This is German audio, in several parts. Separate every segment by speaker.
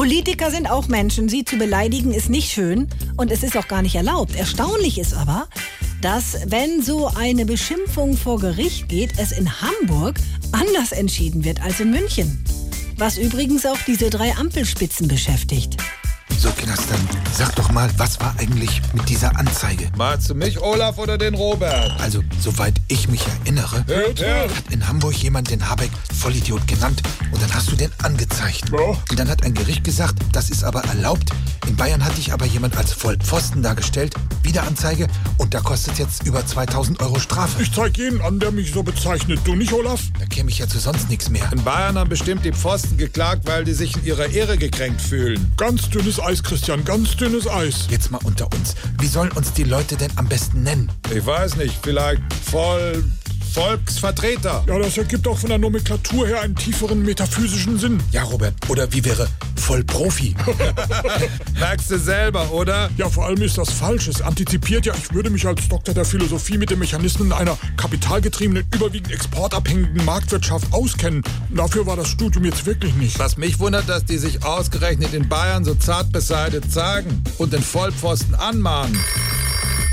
Speaker 1: Politiker sind auch Menschen. Sie zu beleidigen ist nicht schön und es ist auch gar nicht erlaubt. Erstaunlich ist aber, dass wenn so eine Beschimpfung vor Gericht geht, es in Hamburg anders entschieden wird als in München. Was übrigens auch diese drei Ampelspitzen beschäftigt.
Speaker 2: So, Kinders, dann sag doch mal, was war eigentlich mit dieser Anzeige?
Speaker 3: Meinst du mich, Olaf, oder den Robert?
Speaker 2: Also, soweit ich mich erinnere,
Speaker 3: Hört, hört.
Speaker 2: hat in Hamburg jemand den Habeck Vollidiot genannt und dann hast du den angezeigt.
Speaker 3: Ja.
Speaker 2: Und dann hat ein Gericht gesagt, das ist aber erlaubt. In Bayern hat dich aber jemand als Vollpfosten dargestellt, wieder Anzeige und da kostet jetzt über 2000 Euro Strafe.
Speaker 4: Ich zeig jeden an, der mich so bezeichnet. Du nicht, Olaf?
Speaker 2: Da käme ich ja zu sonst nichts mehr.
Speaker 3: In Bayern haben bestimmt die Pfosten geklagt, weil die sich in ihrer Ehre gekränkt fühlen.
Speaker 4: Ganz dünnes Eis, Christian, ganz dünnes Eis.
Speaker 2: Jetzt mal unter uns. Wie sollen uns die Leute denn am besten nennen?
Speaker 3: Ich weiß nicht, vielleicht voll Volksvertreter.
Speaker 4: Ja, das ergibt auch von der Nomenklatur her einen tieferen metaphysischen Sinn.
Speaker 2: Ja, Robert, oder wie wäre Vollprofi?
Speaker 3: Merkst du selber, oder?
Speaker 4: Ja, vor allem ist das falsch. Es antizipiert ja, ich würde mich als Doktor der Philosophie mit den Mechanismen einer kapitalgetriebenen, überwiegend exportabhängigen Marktwirtschaft auskennen. Dafür war das Studium jetzt wirklich nicht.
Speaker 3: Was mich wundert, dass die sich ausgerechnet in Bayern so zart beseitigt sagen und den Vollpfosten anmahnen.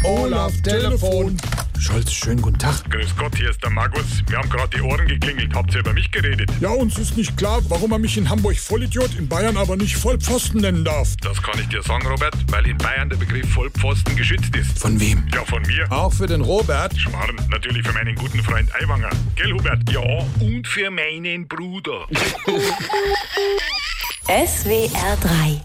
Speaker 3: Olaf, Telefon.
Speaker 2: Scholz, schönen guten Tag.
Speaker 5: Grüß Gott, hier ist der Magus. Wir haben gerade die Ohren geklingelt. Habt ihr über mich geredet?
Speaker 4: Ja, uns ist nicht klar, warum er mich in Hamburg Vollidiot, in Bayern aber nicht Vollpfosten nennen darf.
Speaker 5: Das kann ich dir sagen, Robert, weil in Bayern der Begriff Vollpfosten geschützt ist.
Speaker 2: Von wem?
Speaker 5: Ja, von mir.
Speaker 3: Auch für den Robert.
Speaker 5: Schmarrn, natürlich für meinen guten Freund Aiwanger. Gell, Hubert? Ja, und für meinen Bruder.
Speaker 6: SWR 3